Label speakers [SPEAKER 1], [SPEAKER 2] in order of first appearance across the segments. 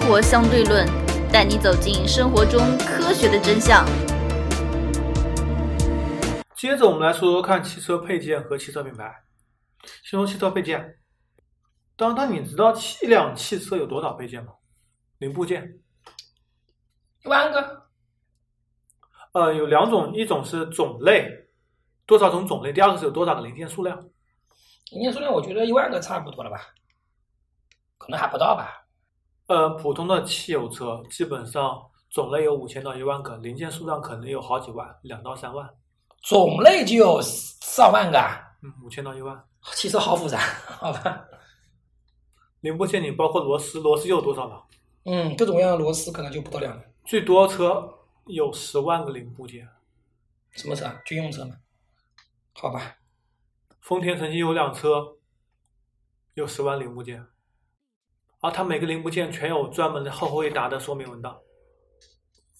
[SPEAKER 1] 活相对论》，带你走进生活中科学的真相。
[SPEAKER 2] 接着我们来说说看汽车配件和汽车品牌。先说汽车配件，当当你知道一辆汽车有多少配件吗？零部件，
[SPEAKER 3] 一万个，
[SPEAKER 2] 呃，有两种，一种是种类，多少种种类；第二个是有多少个零件数量。
[SPEAKER 3] 零件数量我觉得一万个差不多了吧，可能还不到吧。
[SPEAKER 2] 呃，普通的汽油车基本上种类有五千到一万个，零件数量可能有好几万，两到三万，
[SPEAKER 3] 种类就有上万个啊，
[SPEAKER 2] 嗯，五千到一万。
[SPEAKER 3] 其实好复杂， 好吧？
[SPEAKER 2] 零部件里包括螺丝，螺丝又有多少了？
[SPEAKER 3] 嗯，各种各样的螺丝可能就不到两个。
[SPEAKER 2] 最多车有十万个零部件。
[SPEAKER 3] 什么车啊？军用车嘛？好吧，
[SPEAKER 2] 丰田曾经有辆车，有十万零部件，而它每个零部件全有专门的厚厚一沓的说明文档，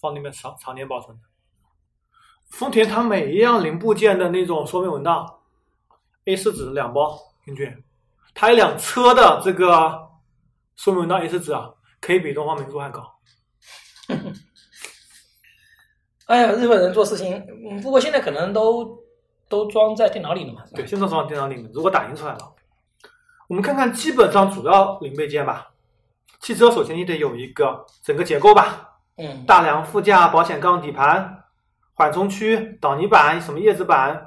[SPEAKER 2] 放里面常常年保存的。丰田它每一样零部件的那种说明文档，A 4纸两包平均，它一辆车的这个说明文档 A 4纸啊，可以比东方明珠还高。
[SPEAKER 3] 哎呀，日本人做事情，嗯，不过现在可能都都装在电脑里了嘛。是吧
[SPEAKER 2] 对，，现在装到电脑里面，如果打印出来了，我们看看基本上主要零配件吧。汽车首先你得有一个整个结构吧，
[SPEAKER 3] 嗯，
[SPEAKER 2] 大梁、副驾、保险杠、底盘、缓冲区、挡泥板、什么叶子板、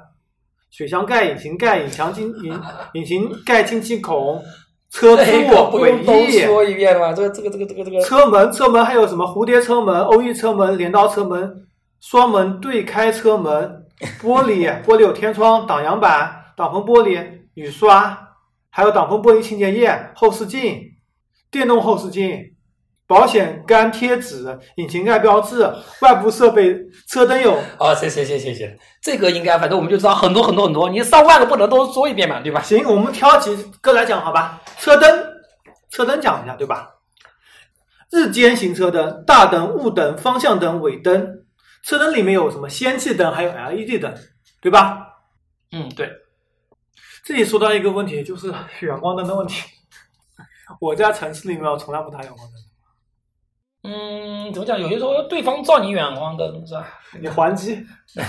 [SPEAKER 2] 水箱盖、引擎盖、引擎进引引擎盖进气孔、车座、
[SPEAKER 3] 这个不
[SPEAKER 2] 尾
[SPEAKER 3] 用都
[SPEAKER 2] 翼、
[SPEAKER 3] 说一遍了吧？这个这个这个这个这个，
[SPEAKER 2] 车门、车门还有什么蝴蝶车门、欧翼车门、镰刀车门、双门对开车门、玻璃、玻璃有天窗、挡阳板、挡风玻璃、雨刷，还有挡风玻璃清洁液、后视镜、电动后视镜、保险杆贴纸、引擎盖标志、外部设备、车灯有
[SPEAKER 3] 哦，行行行行行，这个应该反正我们就知道很多很多很多，你上万个不能都说一遍嘛，对吧？
[SPEAKER 2] 行，我们挑几个来讲好吧。车灯，车灯讲一下，对吧？日间行车灯、大灯、雾灯、方向灯、尾灯。车灯里面有什么氙气灯，还有 LED 灯，对吧？
[SPEAKER 3] 嗯，对，
[SPEAKER 2] 这里说到一个问题，就是 远光灯的问题。 我在城市里面，我从来不打远光灯。
[SPEAKER 3] 嗯，怎么讲？有些时候对方照你远光灯是吧？
[SPEAKER 2] 你还击
[SPEAKER 3] 远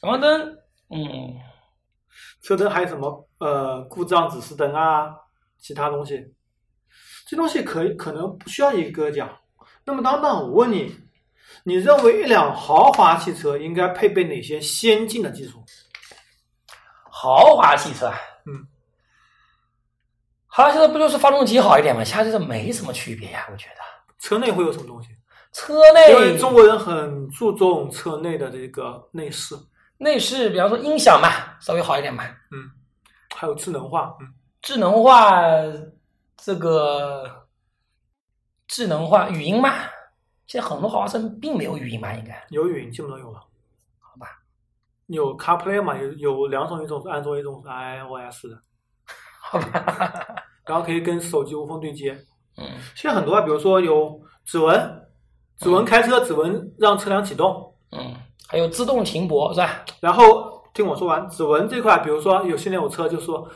[SPEAKER 3] 光啊灯，嗯，
[SPEAKER 2] 车灯还有什么呃故障指示灯啊，其他东西，这东西可以可能不需要一个讲。那么当当，我问你，你认为一辆豪华汽车应该配备哪些先进的技术？
[SPEAKER 3] 豪华汽车，啊
[SPEAKER 2] 嗯，
[SPEAKER 3] 豪华汽车不就是发动机好一点吗？其他就是没什么区别呀、我觉得。车
[SPEAKER 2] 车内会有什么东西？
[SPEAKER 3] 车
[SPEAKER 2] 因为
[SPEAKER 3] 内
[SPEAKER 2] 中国人很注重车内的这个内饰，
[SPEAKER 3] 内饰，比方说音响嘛，稍微好一点嘛，
[SPEAKER 2] 嗯，还有智能化，嗯，
[SPEAKER 3] 智能化这个智能化语音嘛，现在很多豪华车并没有语音嘛，应该
[SPEAKER 2] 有语音基本上有了，
[SPEAKER 3] 好吧？
[SPEAKER 2] 有 CarPlay 嘛，有有两种，一种是安卓，一种是 iOS 的，
[SPEAKER 3] 好吧？
[SPEAKER 2] 然后可以跟手机无缝对接。
[SPEAKER 3] 嗯，
[SPEAKER 2] 现在很多啊，比如说有指纹，指纹开车，指纹让车辆启动。
[SPEAKER 3] 嗯，还有自动停泊是吧？
[SPEAKER 2] 然后听我说完，指纹这块，比如说有现在有车就说，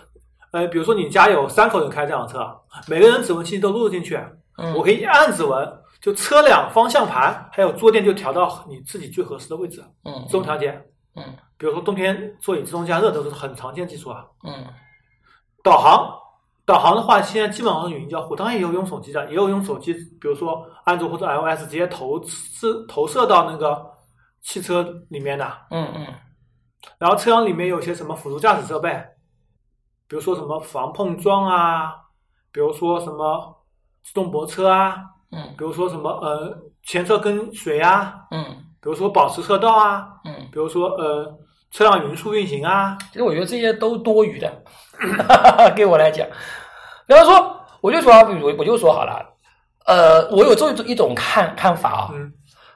[SPEAKER 2] 呃，比如说你家有三口人开这辆车，啊每个人指纹信息都录入进去，啊
[SPEAKER 3] 嗯，
[SPEAKER 2] 我可以按指纹，就车辆方向盘还有坐垫就调到你自己最合适的位置，
[SPEAKER 3] 嗯
[SPEAKER 2] 自动调节。
[SPEAKER 3] 嗯
[SPEAKER 2] 比如说冬天座椅自动加热都是很常见技术啊。
[SPEAKER 3] 嗯
[SPEAKER 2] 导航，导航的话，现在基本上语音交互，当然也有用手机的，也有用手机，比如说安卓或者 iOS 直接投射投射到那个汽车里面的。
[SPEAKER 3] 嗯嗯
[SPEAKER 2] 然后车辆里面有些什么辅助驾驶设备，比如说什么防碰撞啊，比如说什么自动泊车啊，
[SPEAKER 3] 嗯
[SPEAKER 2] 比如说什么呃前车跟随啊，
[SPEAKER 3] 嗯
[SPEAKER 2] 比如说保持车道啊，
[SPEAKER 3] 嗯，
[SPEAKER 2] 比如说呃车辆匀速运行啊，
[SPEAKER 3] 其实我觉得这些都多余的， 给我来讲。比方说，我就说啊，我我就说好了，呃，我有这一种看看法啊，
[SPEAKER 2] 嗯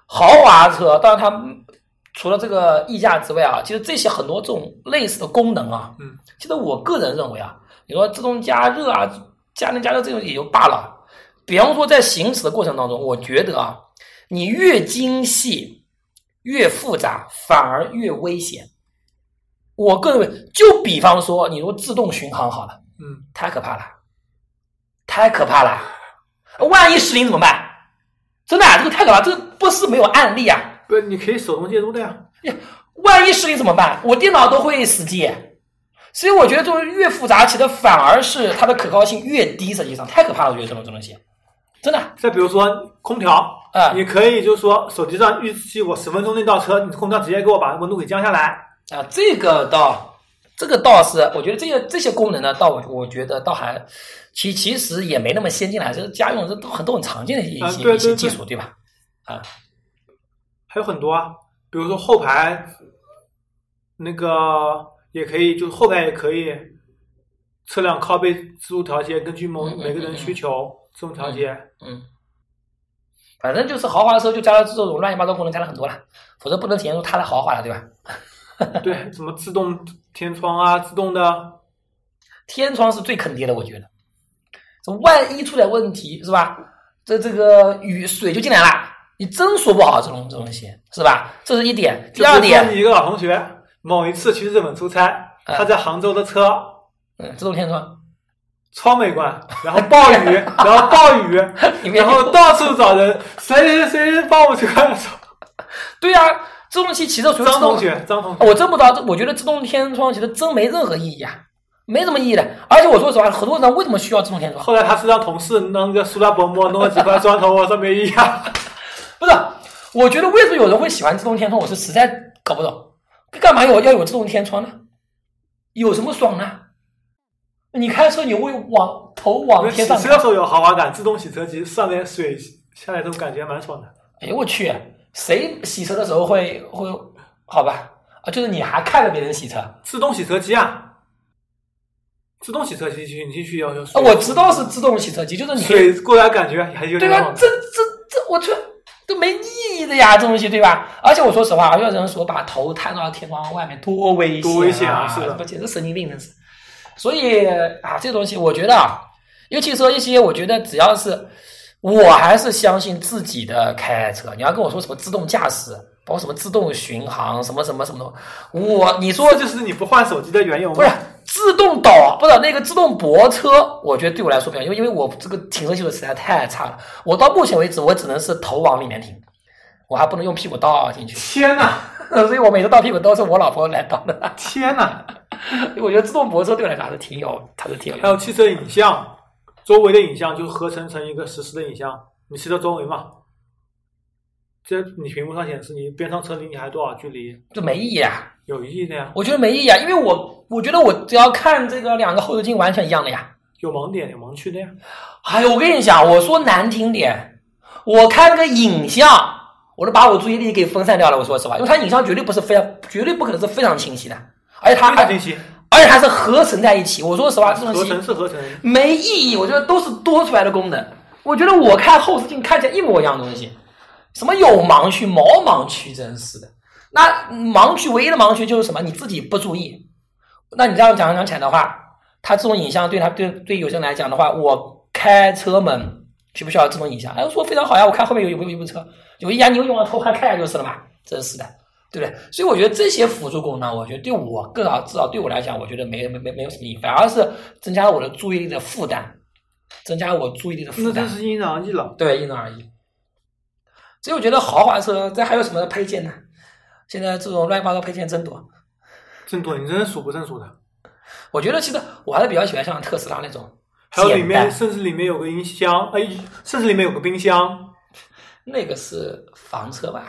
[SPEAKER 3] 豪华车，当然它除了这个溢价之外啊，其实这些很多这种类似的功能啊，
[SPEAKER 2] 嗯，
[SPEAKER 3] 其实我个人认为啊，你说自动加热啊、家电加热这种也就罢了，比方说在行驶的过程当中，我觉得啊，你越精细、越复杂，反而越危险。我个人认为，就比方说，你说自动巡航好了，
[SPEAKER 2] 嗯，
[SPEAKER 3] 太可怕了，太可怕了，万一失灵怎么办？真的、啊，这个太可怕，这个不是没有案例啊。
[SPEAKER 2] 不是，你可以手动戒毒的呀。
[SPEAKER 3] 万一失灵怎么办？我电脑都会死机，所以我觉得就是越复杂，其实反而是它的可靠性越低。实际上太可怕了，我觉得这种这种东西，真的
[SPEAKER 2] 再比如说空调，
[SPEAKER 3] 啊
[SPEAKER 2] 你可以就是说手机上预计我十分钟内到车，你空调直接给我把温度给降下来。
[SPEAKER 3] 啊，这个倒，这个倒是，我觉得这些这些功能呢，倒我我觉得倒还，其其实也没那么先进了，这家用这都很都很常见的一些、
[SPEAKER 2] 啊
[SPEAKER 3] 一
[SPEAKER 2] 对
[SPEAKER 3] 些一些
[SPEAKER 2] 对
[SPEAKER 3] 技
[SPEAKER 2] 对
[SPEAKER 3] 术，对吧？啊，
[SPEAKER 2] 还有很多啊，比如说后排，那个也可以，就是后排也可以车辆靠背自助调节，根据某
[SPEAKER 3] 嗯嗯
[SPEAKER 2] 每个人需求自动调节。
[SPEAKER 3] 嗯，反正就是豪华车就加了这种乱七八糟功能，加了很多了，否则不能体现出它的豪华了，对吧？嗯
[SPEAKER 2] 对，什么自动天窗啊，自动的，
[SPEAKER 3] 天窗是最坑爹的，我觉得。这万一出点问题是吧？这这个雨水就进来了，你真说不好这种这种东西是吧？这是一点。第
[SPEAKER 2] 就
[SPEAKER 3] 二
[SPEAKER 2] 比如说
[SPEAKER 3] 点，
[SPEAKER 2] 你一个老同学某一次去日本出差，
[SPEAKER 3] 嗯
[SPEAKER 2] 他在杭州的车
[SPEAKER 3] 嗯，自动天窗，
[SPEAKER 2] 窗没关，然后暴雨， 然后暴雨，
[SPEAKER 3] 你 别
[SPEAKER 2] 然后到处找人，谁谁谁帮我去 看？
[SPEAKER 3] 对呀、啊，这种东西其实属于自
[SPEAKER 2] 张
[SPEAKER 3] 动
[SPEAKER 2] 同。学，张同学，
[SPEAKER 3] 我真不知道，我觉得自动天窗其实真没任何意义啊，没什么意义的。而且我说实话，很多人为什么需要自动天窗？
[SPEAKER 2] 后来他是让同事弄个苏拉薄膜弄了几块砖头往啊上面一压。
[SPEAKER 3] 不是，我觉得为什么有人会喜欢自动天窗，我是实在搞不懂。干嘛有要有自动天窗呢？有什么爽呢？你开车你会往头 往
[SPEAKER 2] 洗
[SPEAKER 3] 天上
[SPEAKER 2] 车
[SPEAKER 3] 开，
[SPEAKER 2] 的时候有豪华感，自动洗车机上面水下来这种感觉蛮爽的。
[SPEAKER 3] 哎呦我去，谁洗车的时候会会好吧？啊，就是你还看着别人洗车啊？
[SPEAKER 2] 自动洗车机啊，自动洗车机去你进去要求水，
[SPEAKER 3] 哦我知道是自动洗车机，就是你可以
[SPEAKER 2] 水过来感觉还有
[SPEAKER 3] 对
[SPEAKER 2] 点
[SPEAKER 3] 吧
[SPEAKER 2] 爽？的。
[SPEAKER 3] 这这这，我去都没意义的呀，这东西对吧？而且我说实话，有人说把头探到天窗外面多危险、啊，
[SPEAKER 2] 多危险啊是的
[SPEAKER 3] 不简直神经病，真是。所以啊，这东西我觉得啊，尤其说一些，我觉得只要是，我还是相信自己的开车。你要跟我说什么自动驾驶，包括什么自动巡航，什么什么什么的，我你说
[SPEAKER 2] 这就是你不换手机的缘由吗？
[SPEAKER 3] 不是自动导，不是那个自动泊车，我觉得对我来说比较，因为因为我这个停车技术实在太差了，我到目前为止我只能是头往里面停，我还不能用屁股倒进去，
[SPEAKER 2] 天哪，
[SPEAKER 3] 所以我每次倒屁股都是我老婆来倒的。
[SPEAKER 2] 天哪！
[SPEAKER 3] 我觉得自动泊车对我来说还是挺有，它是挺有
[SPEAKER 2] 还有汽车影像，周围的影像就合成成一个实时的影像，你骑到周围嘛，这你屏幕上显示你边上车离你还多少距离，
[SPEAKER 3] 就没意义啊，
[SPEAKER 2] 有意义的呀，
[SPEAKER 3] 我觉得没意义啊，因为我我觉得我只要看这个两个后视镜完全一样的呀。
[SPEAKER 2] 有盲点有盲区的呀。
[SPEAKER 3] 哎呦，我跟你讲，我说难听点，我看个影像，我都把我注意力给分散掉了。我说实话，因为它影像绝对不是非常，绝对不可能是非常清晰的，而且它
[SPEAKER 2] 非常清晰，
[SPEAKER 3] 而且它是合成在一起。我说实话，这种
[SPEAKER 2] 合
[SPEAKER 3] 东西
[SPEAKER 2] 成是合成，
[SPEAKER 3] 没意义，我觉得都是多出来的功能。我觉得我看后视镜看起来一模一样的东西，什么有盲区、毛盲区，真是的。那盲区唯一的盲区就是什么？你自己不注意。那你这样讲讲起来的话，它这种影像对他对对有些人来讲的话，我开车门需不需要这种影像？哎，我说非常好呀，我看后面有有有一部车，有一家牛就往头看看一下就是了嘛，真是的，对不对？所以我觉得这些辅助功能，我觉得对我更少至少对我来讲，我觉得没没没没有什么意义，反而是增加了我的注意力的负担，增加了我注意力的负
[SPEAKER 2] 那
[SPEAKER 3] 担
[SPEAKER 2] 真。是因人而异了。
[SPEAKER 3] 对，因人而异。所以我觉得豪华车这还有什么配件呢？现在这种乱七八糟配件真多。
[SPEAKER 2] 真多，你真是数不胜数的。
[SPEAKER 3] 我觉得其实我还是比较喜欢像特斯拉那种，
[SPEAKER 2] 还有里
[SPEAKER 3] 简
[SPEAKER 2] 面，
[SPEAKER 3] 单
[SPEAKER 2] 甚至里面有个音箱，哎，甚至里面有个冰箱。
[SPEAKER 3] 那个是房车吧？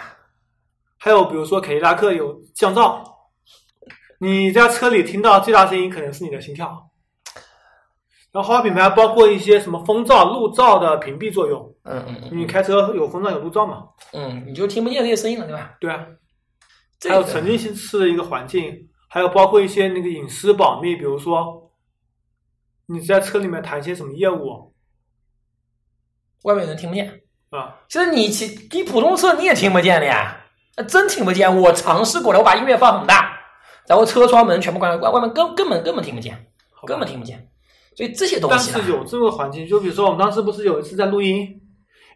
[SPEAKER 2] 还有比如说凯迪拉克有降噪，你在车里听到最大声音可能是你的心跳。然后豪华品牌包括一些什么风噪、路噪的屏蔽作用，
[SPEAKER 3] 嗯嗯嗯
[SPEAKER 2] 你开车有风噪有路噪嘛？
[SPEAKER 3] 嗯，你就听不见这些声音了，对吧？
[SPEAKER 2] 对啊，
[SPEAKER 3] 这
[SPEAKER 2] 还有
[SPEAKER 3] 个
[SPEAKER 2] 沉浸式的一个环境，还有包括一些那个隐私保密，比如说你在车里面谈一些什么业务
[SPEAKER 3] 外面人听不见。
[SPEAKER 2] 啊，
[SPEAKER 3] 其实你骑你普通车你也听不见的呀，那真听不见。我尝试过了，我把音乐放很大，然后车窗门全部关了，外外面根根本根本听不见，
[SPEAKER 2] 好吧
[SPEAKER 3] 根本听不见。所以这些东
[SPEAKER 2] 但
[SPEAKER 3] 西、啊，
[SPEAKER 2] 是有这个环境，就比如说我们当时不是有一次在录音，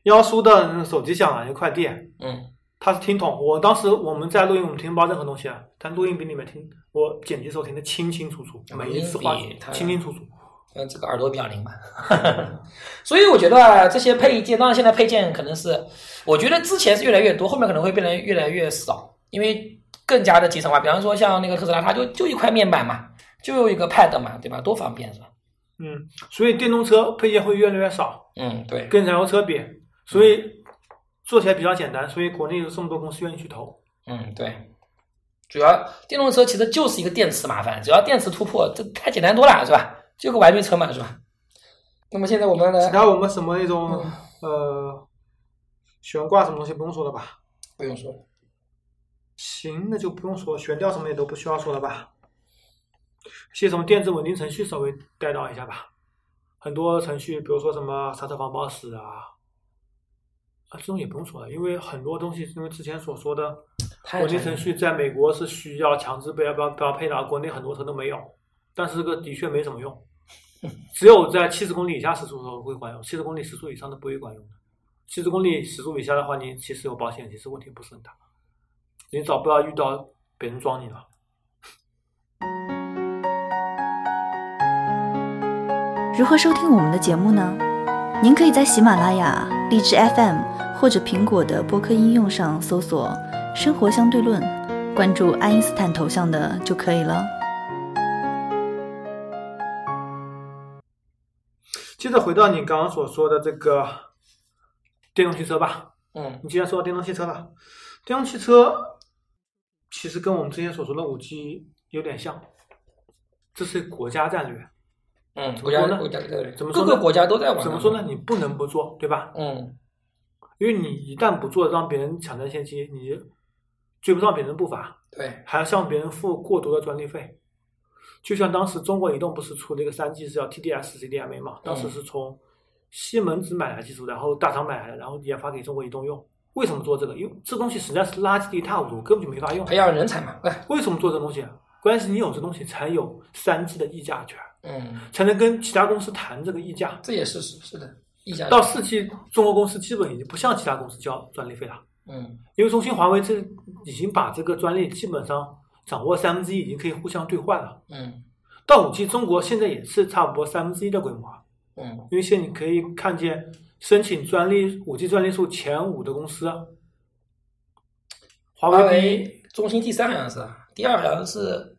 [SPEAKER 2] 妖叔的嗯手机响了，一个快递，
[SPEAKER 3] 嗯
[SPEAKER 2] 他是听筒。我当时我们在录音，我们听不到任何东西啊，但录音比你们听我剪辑时候听得清清楚楚，
[SPEAKER 3] 啊
[SPEAKER 2] 每一次话
[SPEAKER 3] 录音比它
[SPEAKER 2] 清清楚楚。
[SPEAKER 3] 嗯，这个耳朵比较灵嘛， 所以我觉得啊这些配件，当然现在配件可能是，我觉得之前是越来越多，后面可能会变得越来越少，因为更加的集成化。比方说像那个特斯拉，它就就一块面板嘛，就一个 Pad 嘛，对吧？多方便是吧？
[SPEAKER 2] 嗯，所以电动车配件会越来越少，
[SPEAKER 3] 嗯，对，
[SPEAKER 2] 跟燃油车比，所以做起来比较简单，所以国内有这么多公司愿意去投。
[SPEAKER 3] 嗯，对，主要电动车其实就是一个电池麻烦，只要电池突破，这太简单多了，是吧？就个玩具车嘛，是吧？那么现在我们
[SPEAKER 2] 其
[SPEAKER 3] 呢？
[SPEAKER 2] 他我们什么那种
[SPEAKER 3] 嗯
[SPEAKER 2] 呃悬挂什么东西不用说了吧？
[SPEAKER 3] 不用说了，
[SPEAKER 2] 行，那就不用说，悬吊什么也都不需要说了吧？先从电子稳定程序稍微带到一下吧。很多程序，比如说什么刹车防抱死啊，啊，这种也不用说了，因为很多东西，因为之前所说的
[SPEAKER 3] 太
[SPEAKER 2] 稳定
[SPEAKER 3] 简
[SPEAKER 2] 程
[SPEAKER 3] 单了
[SPEAKER 2] 序在美国是需要强制标标标配的，而国内很多车都没有。但是这个的确没什么 用，只有在七十公里以下时速的时候会管用，七十公里时速以上的不会管用的。七十公里时速以下的话，你其实有保险，其实问题不是很大。你早不要遇到别人撞你了。
[SPEAKER 1] 如何收听我们的节目呢？您可以在喜马拉雅、荔枝 FM 或者苹果的播客应用上搜索“生活相对论”，关注爱因斯坦头像的就可以了。
[SPEAKER 2] 接着回到你刚刚所说的这个电动汽车吧，
[SPEAKER 3] 嗯
[SPEAKER 2] 你既然说到电动汽车了，电动汽车其实跟我们之前所说的五 G 有点像，这是国家战略。
[SPEAKER 3] 嗯，
[SPEAKER 2] 么
[SPEAKER 3] 国
[SPEAKER 2] 说
[SPEAKER 3] 家
[SPEAKER 2] 呢
[SPEAKER 3] 国家对
[SPEAKER 2] 怎么说
[SPEAKER 3] 各
[SPEAKER 2] 呢
[SPEAKER 3] 个国家都在玩。啊
[SPEAKER 2] 怎么说呢？？你不能不做，对吧？
[SPEAKER 3] 嗯，
[SPEAKER 2] 因为你一旦不做，让别人抢占先机，你追不上别人的步伐，
[SPEAKER 3] 对，
[SPEAKER 2] 还要向别人付过多的专利费。就像当时中国移动不是出了一个三 G 是叫 TDS、CDMA 嘛？当时是
[SPEAKER 3] 嗯
[SPEAKER 2] 从西门子买来技术，然后大厂买来的，然后研发给中国移动用。为什么做这个？因为这东西实在是垃圾的一塌糊涂，根本就没法用
[SPEAKER 3] 培。养人才嘛，对，
[SPEAKER 2] 为什么做这东西啊？关键是你有这东西才有三 G 的议价权，
[SPEAKER 3] 嗯，
[SPEAKER 2] 才能跟其他公司谈这个议价。
[SPEAKER 3] 这也是是是的，一家
[SPEAKER 2] 到四 G，中国公司基本已经不向其他公司交专利费了，
[SPEAKER 3] 嗯
[SPEAKER 2] 因为中兴、华为这已经把这个专利基本上掌握三分之一，已经可以互相兑换了。
[SPEAKER 3] 嗯
[SPEAKER 2] 到五 G，中国现在也是差不多三分之一的规模啊，
[SPEAKER 3] 嗯
[SPEAKER 2] 因为现在你可以看见申请专利五 G 专利数前五的公司啊，华
[SPEAKER 3] 华
[SPEAKER 2] 为第一，
[SPEAKER 3] 为中兴第三好像是，啊第二好像是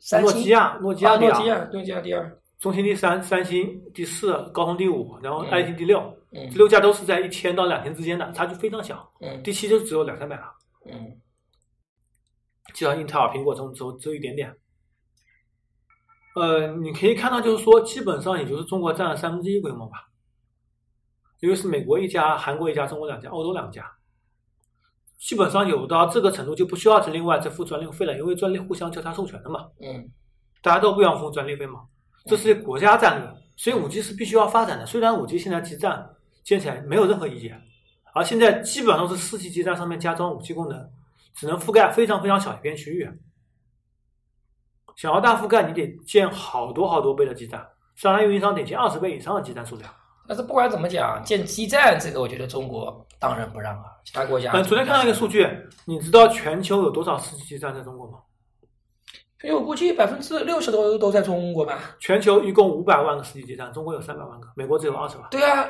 [SPEAKER 3] 三
[SPEAKER 2] 诺
[SPEAKER 3] 星，
[SPEAKER 2] 基亚，诺基亚
[SPEAKER 3] 啊
[SPEAKER 2] 第
[SPEAKER 3] 诺基
[SPEAKER 2] 二，
[SPEAKER 3] 亚，诺基亚第二，
[SPEAKER 2] 中兴第三，三星第四，高通第五，然后
[SPEAKER 3] 嗯
[SPEAKER 2] 爱信第六，
[SPEAKER 3] 嗯
[SPEAKER 2] 这六家都是在一千到两千之间的，差距非常小。
[SPEAKER 3] 嗯
[SPEAKER 2] 第七就只有两三百了。
[SPEAKER 3] 嗯
[SPEAKER 2] 就像英特尔、苹果这种只有只有一点点。呃，你可以看到，就是说，基本上也就是中国占了三分之一规模吧，因为是美国一家、韩国一家、中国两家、欧洲两家，基本上有到这个程度就不需要另外再付专利费了，因为专利互相交叉授权的嘛，
[SPEAKER 3] 嗯
[SPEAKER 2] 大家都不要付专利费嘛，这是国家战略，所以五 G 是必须要发展的。虽然五 G 现在基站建起来没有任何意义，而现在基本上都是四 G 基站上面加装五 G 功能，只能覆盖非常非常小一片区域。想要大覆盖，你得建好多好多倍的基站，相当于运营商得建二十倍以上的基站数量。
[SPEAKER 3] 但是不管怎么讲，建基站这个，我觉得中国当仁不让啊，其他国家。
[SPEAKER 2] 嗯，昨天看到一个数据，你知道全球有多少四 G 基站在中国吗？
[SPEAKER 3] 因为我估计百分之六十都都在中国吧。
[SPEAKER 2] 全球一共五百万个四 G 基站，中国有三百万个，美国只有二十万。
[SPEAKER 3] 对啊，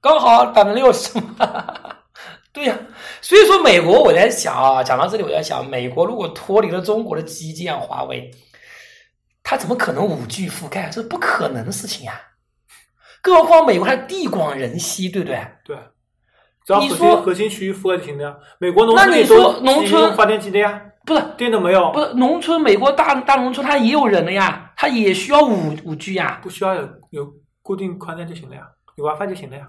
[SPEAKER 3] 刚好百分之六十嘛。 对呀、所以说美国我在想啊，讲到这里我在想，美国如果脱离了中国的基建华为，它怎么可能五 G 覆盖？这是不可能的事情呀、更何况美国它地广人稀，对不对？
[SPEAKER 2] 对，只要
[SPEAKER 3] 你
[SPEAKER 2] 核
[SPEAKER 3] 说
[SPEAKER 2] 心核心区域覆盖就行了呀。美国农
[SPEAKER 3] 那
[SPEAKER 2] 村
[SPEAKER 3] 你
[SPEAKER 2] 里
[SPEAKER 3] 说
[SPEAKER 2] 都
[SPEAKER 3] 农
[SPEAKER 2] 集
[SPEAKER 3] 村
[SPEAKER 2] 中发电机的呀，
[SPEAKER 3] 不是，
[SPEAKER 2] 电都没有，
[SPEAKER 3] 不是农村，美国大大农村它也有人了呀，它也需要五五 G 啊呀。
[SPEAKER 2] 不需要有有固定宽带就行了呀，有 WiFi 就行了呀。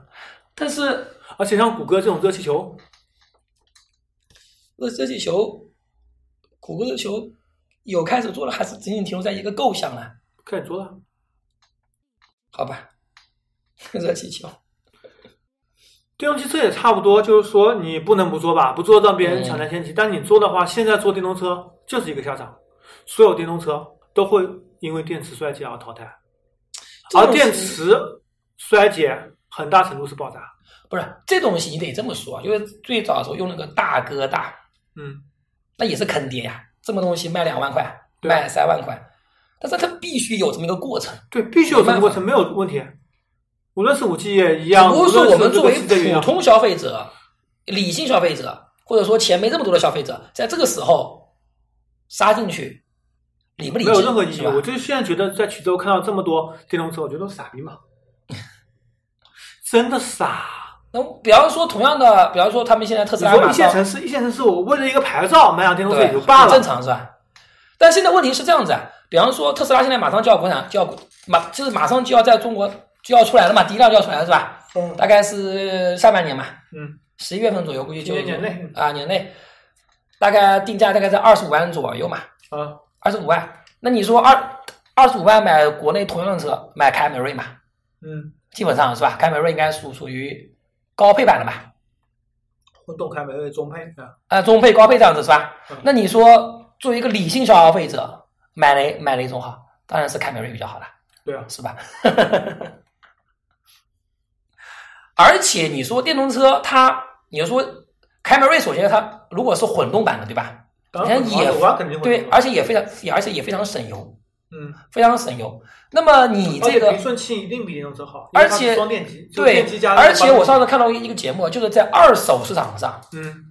[SPEAKER 3] 但是
[SPEAKER 2] 而且像谷歌这种热气球，
[SPEAKER 3] 热热气球，谷歌热气球有开始做了，还是仅仅停留在一个构想了？
[SPEAKER 2] 开始做了。
[SPEAKER 3] 好吧， 热气球，
[SPEAKER 2] 电动汽车也差不多，就是说你不能不做吧，不做让别人抢占
[SPEAKER 3] 嗯
[SPEAKER 2] 先机。但你做的话，现在做电动车就是一个下场，所有电动车都会因为电池衰竭而淘汰，
[SPEAKER 3] 这
[SPEAKER 2] 而
[SPEAKER 3] 种
[SPEAKER 2] 电
[SPEAKER 3] 事
[SPEAKER 2] 池衰竭很大程度是爆炸。
[SPEAKER 3] 不是这东西，你得这么说，就是最早的时候用那个大哥大，
[SPEAKER 2] 嗯，
[SPEAKER 3] 那也是坑爹呀，这么东西卖两万块，
[SPEAKER 2] 对啊
[SPEAKER 3] 卖三万块，但是它必须有这么一个过程。
[SPEAKER 2] 对，必须有这
[SPEAKER 3] 没办
[SPEAKER 2] 个
[SPEAKER 3] 法
[SPEAKER 2] 过程，没有问题。无论是五 G 也一
[SPEAKER 3] 只
[SPEAKER 2] 样，
[SPEAKER 3] 不
[SPEAKER 2] 无
[SPEAKER 3] 过说
[SPEAKER 2] 论
[SPEAKER 3] 我们
[SPEAKER 2] 这
[SPEAKER 3] 作
[SPEAKER 2] 个
[SPEAKER 3] 为
[SPEAKER 2] 汽车也一
[SPEAKER 3] 普
[SPEAKER 2] 样
[SPEAKER 3] 通消费者、理性消费者，或者说钱没这么多的消费者，在这个时候杀进去，理不理
[SPEAKER 2] 没
[SPEAKER 3] 智？
[SPEAKER 2] 有任何意
[SPEAKER 3] 是
[SPEAKER 2] 义。
[SPEAKER 3] 吧
[SPEAKER 2] 我就现在觉得在衢州看到这么多电动车，我觉得都是傻逼 嘛，真的傻。
[SPEAKER 3] 那比方说同样的，比方说他们现在特斯
[SPEAKER 2] 你
[SPEAKER 3] 拉
[SPEAKER 2] 说
[SPEAKER 3] 马
[SPEAKER 2] 一线
[SPEAKER 3] 上
[SPEAKER 2] 城市，一线城市，我为了一个牌照买辆电动车
[SPEAKER 3] 对
[SPEAKER 2] 也就罢
[SPEAKER 3] 很正
[SPEAKER 2] 了。
[SPEAKER 3] 常是吧？但现在问题是这样子啊，比方说特斯拉现在马上就要国产，就要马就是马上就要在中国就要出来了嘛，第一辆就要出来了是吧？
[SPEAKER 2] 嗯
[SPEAKER 3] 大概是下半年嘛，
[SPEAKER 2] 嗯，
[SPEAKER 3] 十一月份左右估计就
[SPEAKER 2] 今年年内
[SPEAKER 3] 啊年内，大概定价大概在二十五万左右嘛，
[SPEAKER 2] 啊，
[SPEAKER 3] 二十五万。那你说二二十五万买国内同样的车，买凯美瑞嘛，
[SPEAKER 2] 嗯，
[SPEAKER 3] 基本上是吧？凯美瑞应该属属于高配版了吧？
[SPEAKER 2] 混动凯美瑞中配啊，
[SPEAKER 3] 呃，中配、高配这样子是吧
[SPEAKER 2] 嗯？
[SPEAKER 3] 那你说作为一个理性消费者，买哪买哪种好？当然是凯美瑞比较好了，
[SPEAKER 2] 对啊，
[SPEAKER 3] 是吧？ 而且你说电动车它，你说凯美瑞首先它如果是混动版的，对吧？
[SPEAKER 2] 当
[SPEAKER 3] 人
[SPEAKER 2] 然
[SPEAKER 3] 家
[SPEAKER 2] 混
[SPEAKER 3] 也
[SPEAKER 2] 合我肯定会
[SPEAKER 3] 对，
[SPEAKER 2] 混合
[SPEAKER 3] 而且也非常，也而且也非常省油，
[SPEAKER 2] 嗯，
[SPEAKER 3] 非常省油。那么你
[SPEAKER 2] 而
[SPEAKER 3] 这
[SPEAKER 2] 且
[SPEAKER 3] 个
[SPEAKER 2] 平顺气一定比电动车好，
[SPEAKER 3] 而
[SPEAKER 2] 因为它是
[SPEAKER 3] 且
[SPEAKER 2] 双电机，就是
[SPEAKER 3] 对
[SPEAKER 2] 电机，加
[SPEAKER 3] 而且我上
[SPEAKER 2] 次
[SPEAKER 3] 次看到一个节目，就是在二手市场上，
[SPEAKER 2] 嗯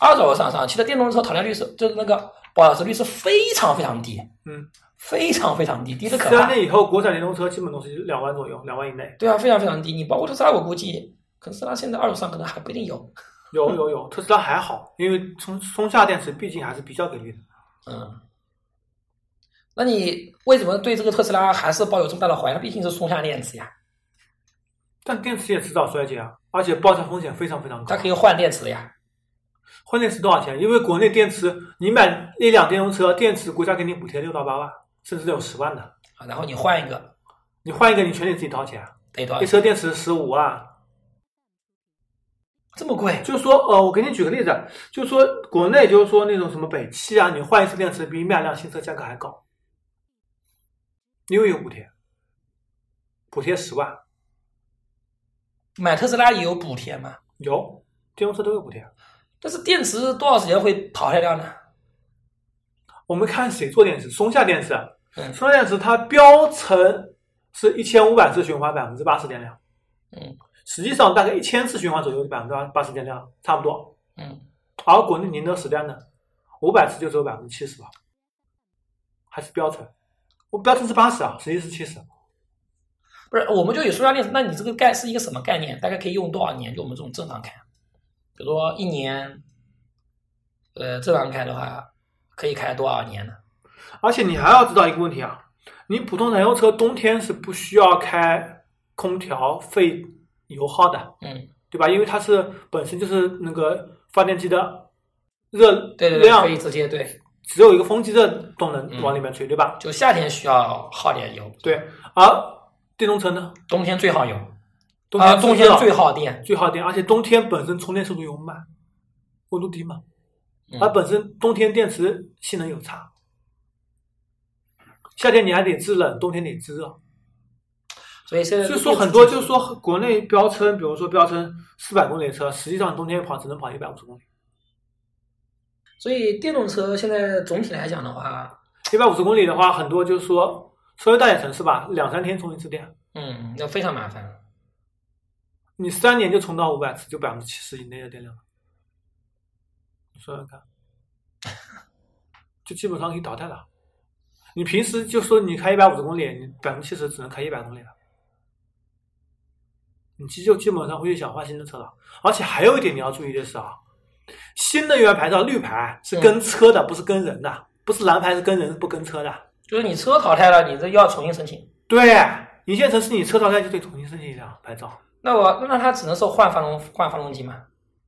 [SPEAKER 3] 二手市场上，其实电动车讨论率是就是那个保值率是非常非常低，
[SPEAKER 2] 嗯，啊
[SPEAKER 3] 非常非常低，低的可
[SPEAKER 2] 三
[SPEAKER 3] 怕。
[SPEAKER 2] 年以后国产电动车基本都是两万左右，两万以内。
[SPEAKER 3] 对啊，非常非常低。你包括特斯拉，我估计可能特斯拉现在二手上可能还不一定有。
[SPEAKER 2] 有有有，特斯拉还好，因为松松下电池毕竟还是比较给力的。
[SPEAKER 3] 嗯，那你为什么对这个特斯拉还是抱有这么大的怀疑？它毕竟是松下电池呀，
[SPEAKER 2] 但电池也迟早衰竭啊，而且爆炸风险非常非常高
[SPEAKER 3] 它。可以换电池的呀。
[SPEAKER 2] 换电池多少钱？因为国内电池，你买一辆电动车，电池国家给你补贴六到八万，甚至有十万的。
[SPEAKER 3] 啊然后你换一个
[SPEAKER 2] 你换一个，你全得自己掏钱啊。
[SPEAKER 3] 得多少
[SPEAKER 2] 一
[SPEAKER 3] 钱？
[SPEAKER 2] 车电池十五万，
[SPEAKER 3] 这么贵？
[SPEAKER 2] 就是说，呃，我给你举个例子，就是说国内就是说那种什么北汽啊，你换一次电池比买辆新车价格还高，因为有补贴，补贴十万，
[SPEAKER 3] 买特斯拉也有补贴吗？
[SPEAKER 2] 有电动车都有补贴。
[SPEAKER 3] 但是电池多少时间会淘汰掉呢？
[SPEAKER 2] 我们看谁做电池，松下电池，啊
[SPEAKER 3] 嗯
[SPEAKER 2] 松下电池它标称是一千五百次循环，百分之八十电量，
[SPEAKER 3] 嗯
[SPEAKER 2] 实际上大概一千次循环左右，百分之八十电量差不多。
[SPEAKER 3] 嗯，
[SPEAKER 2] 而国内宁德时代呢，五百次就只有百分之七十吧，还是标准。我标准是八十啊，实际是七十。
[SPEAKER 3] 不是，我们就以塑料电池，那你这个概是一个什么概念？大概可以用多少年？就我们这种正常开，比如说一年，呃，正常开的话，可以开多少年呢？
[SPEAKER 2] 而且你还要知道一个问题啊，你普通燃油车冬天是不需要开空调费油耗的，
[SPEAKER 3] 嗯，
[SPEAKER 2] 对吧？因为它是本身就是那个发电机的热
[SPEAKER 3] 对对对，
[SPEAKER 2] 量
[SPEAKER 3] 可以直接对，
[SPEAKER 2] 只有一个风机的动能
[SPEAKER 3] 嗯
[SPEAKER 2] 往里面吹，对吧？
[SPEAKER 3] 就夏天需要耗点油，
[SPEAKER 2] 对。而电动车呢，
[SPEAKER 3] 冬天最耗油，
[SPEAKER 2] 冬
[SPEAKER 3] 啊，
[SPEAKER 2] 天
[SPEAKER 3] 冬天最耗电，
[SPEAKER 2] 最耗电，而且冬天本身充电速度又慢，温度低嘛。
[SPEAKER 3] 嗯
[SPEAKER 2] 它本身冬天电池性能有差，夏天你还得制冷，冬天得制热。
[SPEAKER 3] 所以现在
[SPEAKER 2] 所以说很多就是说国内标称，比如说标称四百公里的车，实际上冬天跑只能跑一百五十公里，
[SPEAKER 3] 所以电动车现在总体来讲的话，
[SPEAKER 2] 一百五十公里的话，很多就是说稍微大点城市吧，两三天充一次电，
[SPEAKER 3] 嗯，那非常麻烦。
[SPEAKER 2] 你三年就充到五百次，就百分之七十以内的电量了。你算算看，就基本上可以淘汰了。你平时就说你开一百五十公里，你百分之七十只能开一百公里了，你其实就基本上会去想换新的车了。而且还有一点你要注意的是啊，新能源牌照绿牌是跟车的，不是跟人的，不是蓝牌是跟人不跟车的。
[SPEAKER 3] 就是你车淘汰了，你这又要重新申请，
[SPEAKER 2] 对，一线城市你车淘汰就得重新申请一辆牌照，
[SPEAKER 3] 那我那它只能是换发动换发动机嘛？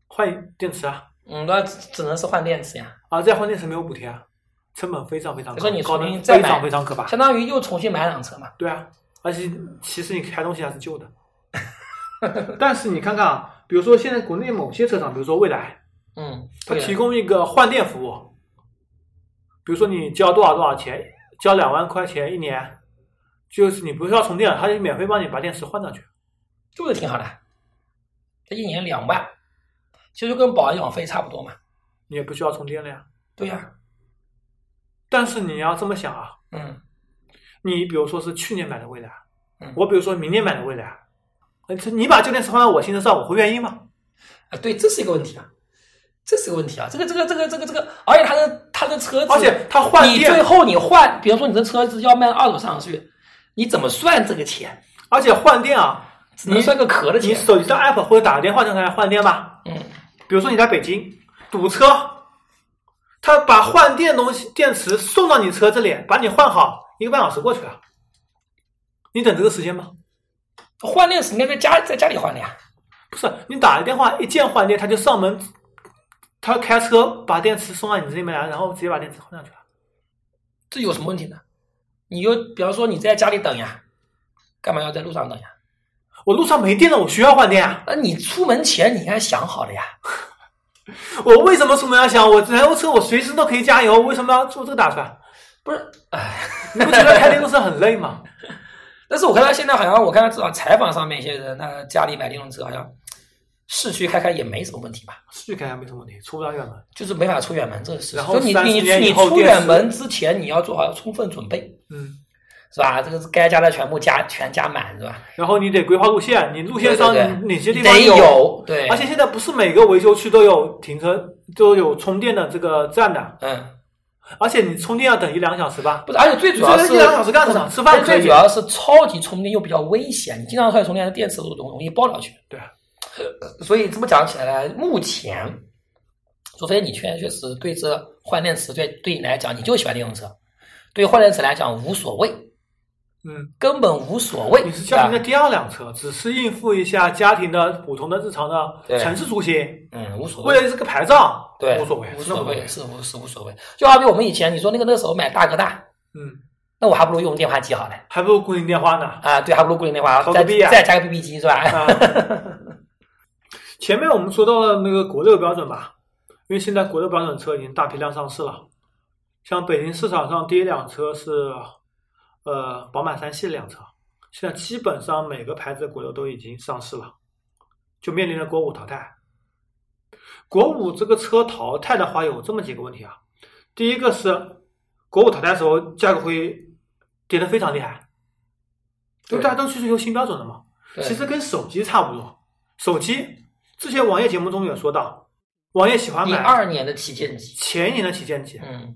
[SPEAKER 2] 换电池啊。
[SPEAKER 3] 嗯，那只只能是换电池呀，
[SPEAKER 2] 啊，再换电池没有补贴，啊，成本非常非常
[SPEAKER 3] 就
[SPEAKER 2] 高，
[SPEAKER 3] 说你
[SPEAKER 2] 高
[SPEAKER 3] 重
[SPEAKER 2] 的
[SPEAKER 3] 新再
[SPEAKER 2] 非
[SPEAKER 3] 买
[SPEAKER 2] 常非常可怕。
[SPEAKER 3] 相当于又重新买辆车嘛。
[SPEAKER 2] 对啊，而且其实你开东西还是旧的，但是你看看啊，比如说现在国内某些车厂，比如说蔚来，
[SPEAKER 3] 嗯，
[SPEAKER 2] 它
[SPEAKER 3] 对的
[SPEAKER 2] 提供一个换电服务，比如说你交多少多少钱，交两万块钱一年，就是你不需要充电了，它就免费帮你把电池换上去。
[SPEAKER 3] 这个挺好的，它一年两万，其实跟保养费差不多嘛。
[SPEAKER 2] 你也不需要充电了呀，
[SPEAKER 3] 对呀、
[SPEAKER 2] 但是你要这么想啊，
[SPEAKER 3] 嗯，
[SPEAKER 2] 你比如说是去年买的蔚来
[SPEAKER 3] 嗯，
[SPEAKER 2] 我比如说明年买的蔚来，呃这你把这件事放在我心上，我会愿意吗？
[SPEAKER 3] 啊，对，这是一个问题啊，这是一个问题啊，这个这个这个这个这个，而且他的他的车子，
[SPEAKER 2] 而且他换
[SPEAKER 3] 你最
[SPEAKER 2] 电，
[SPEAKER 3] 后你换，比如说你的车子要卖二手市场去，你怎么算这个钱？
[SPEAKER 2] 而且换电啊，
[SPEAKER 3] 只能算个壳的
[SPEAKER 2] 你
[SPEAKER 3] 钱。
[SPEAKER 2] 手机上 app 或者打个电话让他来换电吧。
[SPEAKER 3] 嗯，
[SPEAKER 2] 比如说你在北京堵车，他把换电东西电池送到你车这里，把你换好，一个半小时过去了，你等这个时间吗？
[SPEAKER 3] 换电池应该在家在家里换的呀。
[SPEAKER 2] 不是，你打个电话一键换电，他就上门，他开车把电池送到你这里面来，然后直接把电池换上去了。
[SPEAKER 3] 这有什么问题呢？你就比方说你在家里等呀，干嘛要在路上等呀？
[SPEAKER 2] 我路上没电了，我需要换电啊！
[SPEAKER 3] 那你出门前你应该想好了呀。
[SPEAKER 2] 我为什么出门要想我燃油车，我随时都可以加油，为什么要做这个打算？
[SPEAKER 3] 不是，哎，
[SPEAKER 2] 你不觉得开电动车很累 吗？
[SPEAKER 3] 但是我看他现在好像，我看他至少采访上面一些人，他家里买电动车好像市区开开也没什么问题吧，
[SPEAKER 2] 市区开还没什么问题，出不了远门。
[SPEAKER 3] 就是没法出远门，这是。
[SPEAKER 2] 然后
[SPEAKER 3] 就你
[SPEAKER 2] 30
[SPEAKER 3] 你
[SPEAKER 2] 年以
[SPEAKER 3] 你
[SPEAKER 2] 后
[SPEAKER 3] 出
[SPEAKER 2] 电池
[SPEAKER 3] 远门之前，你要做好充分准备，
[SPEAKER 2] 嗯，
[SPEAKER 3] 是吧？这个是该加的全部加全加满，是吧？
[SPEAKER 2] 然后你得规划路线，你路线上
[SPEAKER 3] 对对对
[SPEAKER 2] 哪些地方
[SPEAKER 3] 得有对，
[SPEAKER 2] 而且现在不是每个维修区都有停车，都有充电的这个站的，
[SPEAKER 3] 嗯，
[SPEAKER 2] 而且你充电要等一两个小时吧？
[SPEAKER 3] 不是，而且最主要
[SPEAKER 2] 你
[SPEAKER 3] 是
[SPEAKER 2] 这一两小时干什么
[SPEAKER 3] 不是
[SPEAKER 2] 吃饭可以
[SPEAKER 3] 最主要是超级充电又比较危险，你经常快充电，电池都容容易爆掉去。呃
[SPEAKER 2] 对啊，
[SPEAKER 3] 所以这么讲起来，目前，除非你确确实对这换电池对对你来讲，你就喜欢电动车，对换电池来讲无所谓，
[SPEAKER 2] 嗯，
[SPEAKER 3] 根本无所谓。啊
[SPEAKER 2] 你是
[SPEAKER 3] 吧
[SPEAKER 2] 家庭的第二辆车，只是应付一下家庭的普通的日常
[SPEAKER 3] 对
[SPEAKER 2] 的城市出行，
[SPEAKER 3] 嗯，无所
[SPEAKER 2] 为
[SPEAKER 3] 谓，
[SPEAKER 2] 了这个牌照，
[SPEAKER 3] 对，
[SPEAKER 2] 无所谓，
[SPEAKER 3] 无
[SPEAKER 2] 真的
[SPEAKER 3] 所谓，是无是无所谓。就好比我们以前你说那个那时候买大哥大，
[SPEAKER 2] 嗯，
[SPEAKER 3] 那我还不如用电话机好了。
[SPEAKER 2] 还不如固定电话呢。
[SPEAKER 3] 啊，对，还不如固定电话，
[SPEAKER 2] 投个
[SPEAKER 3] 再
[SPEAKER 2] 币啊
[SPEAKER 3] 再加个 BB 机是吧？
[SPEAKER 2] 啊，前面我们说到了那个国六标准吧，因为现在国六标准车已经大批量上市了，像北京市场上第一辆车是呃宝马三系这辆车，现在基本上每个牌子的国六都已经上市了，就面临着国五淘汰。国五这个车淘汰的话，有这么几个问题啊，第一个是国五淘汰的时候价格会跌得非常厉害，因为大家都去追求新标准了嘛。
[SPEAKER 3] 对
[SPEAKER 2] 其实跟手机差不多。手机之前网页节目中有说到，网页喜欢
[SPEAKER 3] 第
[SPEAKER 2] 买
[SPEAKER 3] 二年的旗舰机，
[SPEAKER 2] 前年的旗舰机。
[SPEAKER 3] 嗯，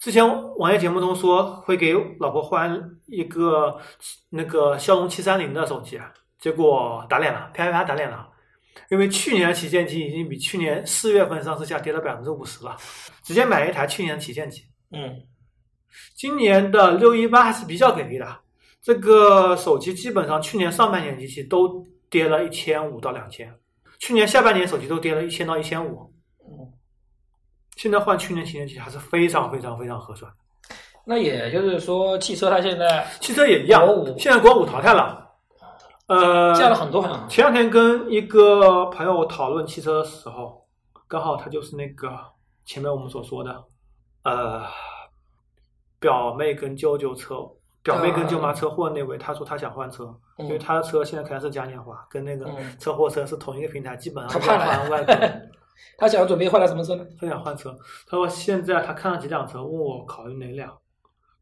[SPEAKER 2] 之前网页节目中说会给老婆换一个那个骁龙七三零的手机，啊结果打脸了，啪啪啪打脸了。因为去年的旗舰机已经比去年四月份上市价跌了百分之五十了，直接买了一台去年的旗舰机。
[SPEAKER 3] 嗯，
[SPEAKER 2] 今年的六一八还是比较给力的，这个手机基本上去年上半年机器都跌了一千五到两千，去年下半年手机都跌了一千到一千五
[SPEAKER 3] 嗯。
[SPEAKER 2] 现在换去年旗舰机还是非常非常非常合算，
[SPEAKER 3] 那也就是说，汽车它现在
[SPEAKER 2] 汽车也一样
[SPEAKER 3] 国五。
[SPEAKER 2] 现在国五淘汰了，呃，
[SPEAKER 3] 降了很多，好像
[SPEAKER 2] 前两天跟一个朋友讨论汽车的时候，刚好他就是那个前面我们所说的，呃，表妹跟舅舅车，表妹跟舅妈车祸那位，他说他想换车，因为
[SPEAKER 3] 嗯，
[SPEAKER 2] 他的车现在开的是嘉年华，跟那个
[SPEAKER 3] 嗯
[SPEAKER 2] 车祸车是同一个平台，基本上
[SPEAKER 3] 他怕
[SPEAKER 2] 要
[SPEAKER 3] 了
[SPEAKER 2] 换外国。
[SPEAKER 3] 他想要准备换辆什么车呢？
[SPEAKER 2] 他想换 车，他说现在他看了几辆车，问我考虑哪辆，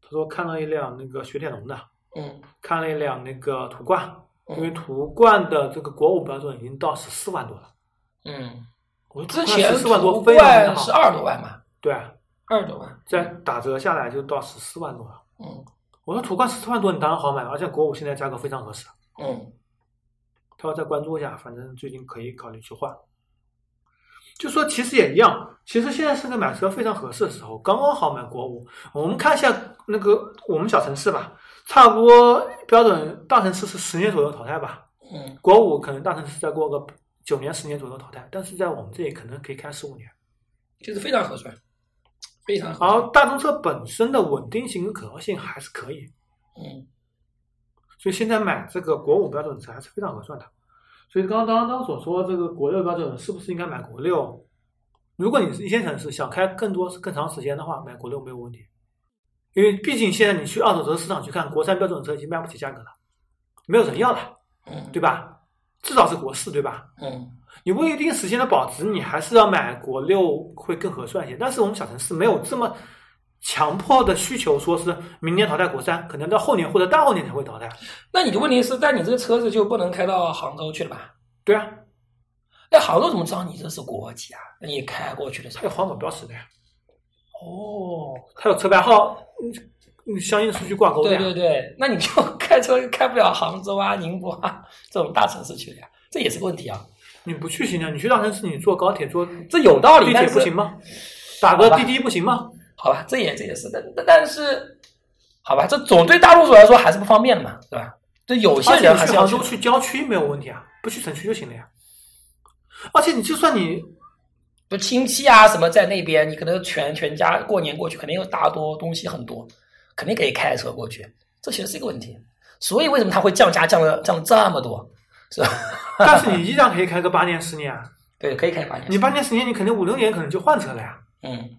[SPEAKER 2] 他说看了一辆那个雪铁龙的，
[SPEAKER 3] 嗯，
[SPEAKER 2] 看了一辆那个途观，
[SPEAKER 3] 嗯
[SPEAKER 2] 因为途观的这个国五标准已经到十四万多了。
[SPEAKER 3] 嗯，
[SPEAKER 2] 我
[SPEAKER 3] 之前
[SPEAKER 2] 十四万多
[SPEAKER 3] 途
[SPEAKER 2] 非常非
[SPEAKER 3] 观
[SPEAKER 2] 常
[SPEAKER 3] 是
[SPEAKER 2] 好，
[SPEAKER 3] 二十多万嘛，
[SPEAKER 2] 对，啊
[SPEAKER 3] 二十多万，
[SPEAKER 2] 再打折下来就到十四万多了。
[SPEAKER 3] 嗯
[SPEAKER 2] 我说途观十四万多，你当然好买，而且国五现在价格非常合适。
[SPEAKER 3] 嗯
[SPEAKER 2] 他说再关注一下，反正最近可以考虑去换。就说其实也一样，其实现在是个买车非常合适的时候，刚刚好买国五。我们看一下那个我们小城市吧，差不多标准大城市是十年左右淘汰吧，
[SPEAKER 3] 嗯，
[SPEAKER 2] 国五可能大城市再过个九年十年左右淘汰，但是在我们这里可能可以开十五年。
[SPEAKER 3] 就是非常合算，非常合
[SPEAKER 2] 然后
[SPEAKER 3] 算，
[SPEAKER 2] 大众车本身的稳定性跟可靠性还是可以，
[SPEAKER 3] 嗯
[SPEAKER 2] 所以现在买这个国五标准车还是非常合算的。所以刚刚刚刚所说这个国六标准是不是应该买国六？如果你是一线城市想开更多更长时间的话，买国六没有问题，因为毕竟现在你去二手车市场去看，国三标准车已经卖不起价格了，没有人要了，
[SPEAKER 3] 嗯
[SPEAKER 2] 对吧？至少是国四，对吧？
[SPEAKER 3] 嗯
[SPEAKER 2] 你为一定时间的保值，你还是要买国六会更合算一些。但是我们小城市没有这么强迫的需求说是明年淘汰国三，可能到后年或者大后年才会淘汰。
[SPEAKER 3] 那你的问题是，但你这个车子就不能开到杭州去了吧？
[SPEAKER 2] 对啊，
[SPEAKER 3] 那杭州怎么知道你这是国籍啊？那你开过去的时
[SPEAKER 2] 它
[SPEAKER 3] 候，
[SPEAKER 2] 有环保标识的呀，
[SPEAKER 3] 哦，
[SPEAKER 2] 它有车牌号，嗯，相应数据挂钩的
[SPEAKER 3] 对
[SPEAKER 2] 呀。
[SPEAKER 3] 对对，那你就 开车开不了杭州啊、宁波啊这种大城市去了呀，这也是个问题啊。
[SPEAKER 2] 你不去新疆，你去大城市，你坐高铁坐
[SPEAKER 3] 这有道理，
[SPEAKER 2] 地
[SPEAKER 3] 但
[SPEAKER 2] 铁
[SPEAKER 3] 是
[SPEAKER 2] 不行吗？打个
[SPEAKER 3] 好吧
[SPEAKER 2] 滴滴不行吗？
[SPEAKER 3] 好吧，这也这也是，但但但是，好吧，这总对大多数来说还是不方便的嘛，对吧？这有些
[SPEAKER 2] 而且
[SPEAKER 3] 人
[SPEAKER 2] 你
[SPEAKER 3] 还是
[SPEAKER 2] 去
[SPEAKER 3] 要
[SPEAKER 2] 杭州去郊区没有问题啊，不去城区就行了呀。而且你就算 你
[SPEAKER 3] 就亲戚啊什么在那边，你可能全全家过年过去，肯定有大多东西很多，肯定可以开车过去，这其实是一个问题。所以为什么它会降价降了降了这么多，是吧？
[SPEAKER 2] 但是你依然可以开个八年十年啊，
[SPEAKER 3] 对，可以开八年。
[SPEAKER 2] 你八年十年，你肯定五六年可能就换车了呀，
[SPEAKER 3] 嗯，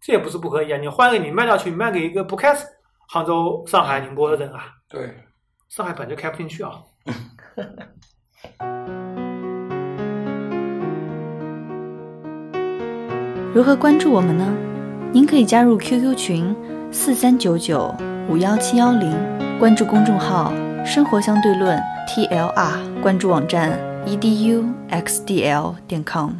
[SPEAKER 2] 这也不是不可以啊。你换一个，你卖掉去，卖给一个不开杭州、上海、宁波的人啊，
[SPEAKER 3] 对，
[SPEAKER 2] 上海本来就开不进去啊。
[SPEAKER 1] 如何关注我们呢？您可以加入 QQ 群四三九九五幺七幺零，关注公众号“生活 E 相对论 ”TLR，关注网站 eduxdl 点 com。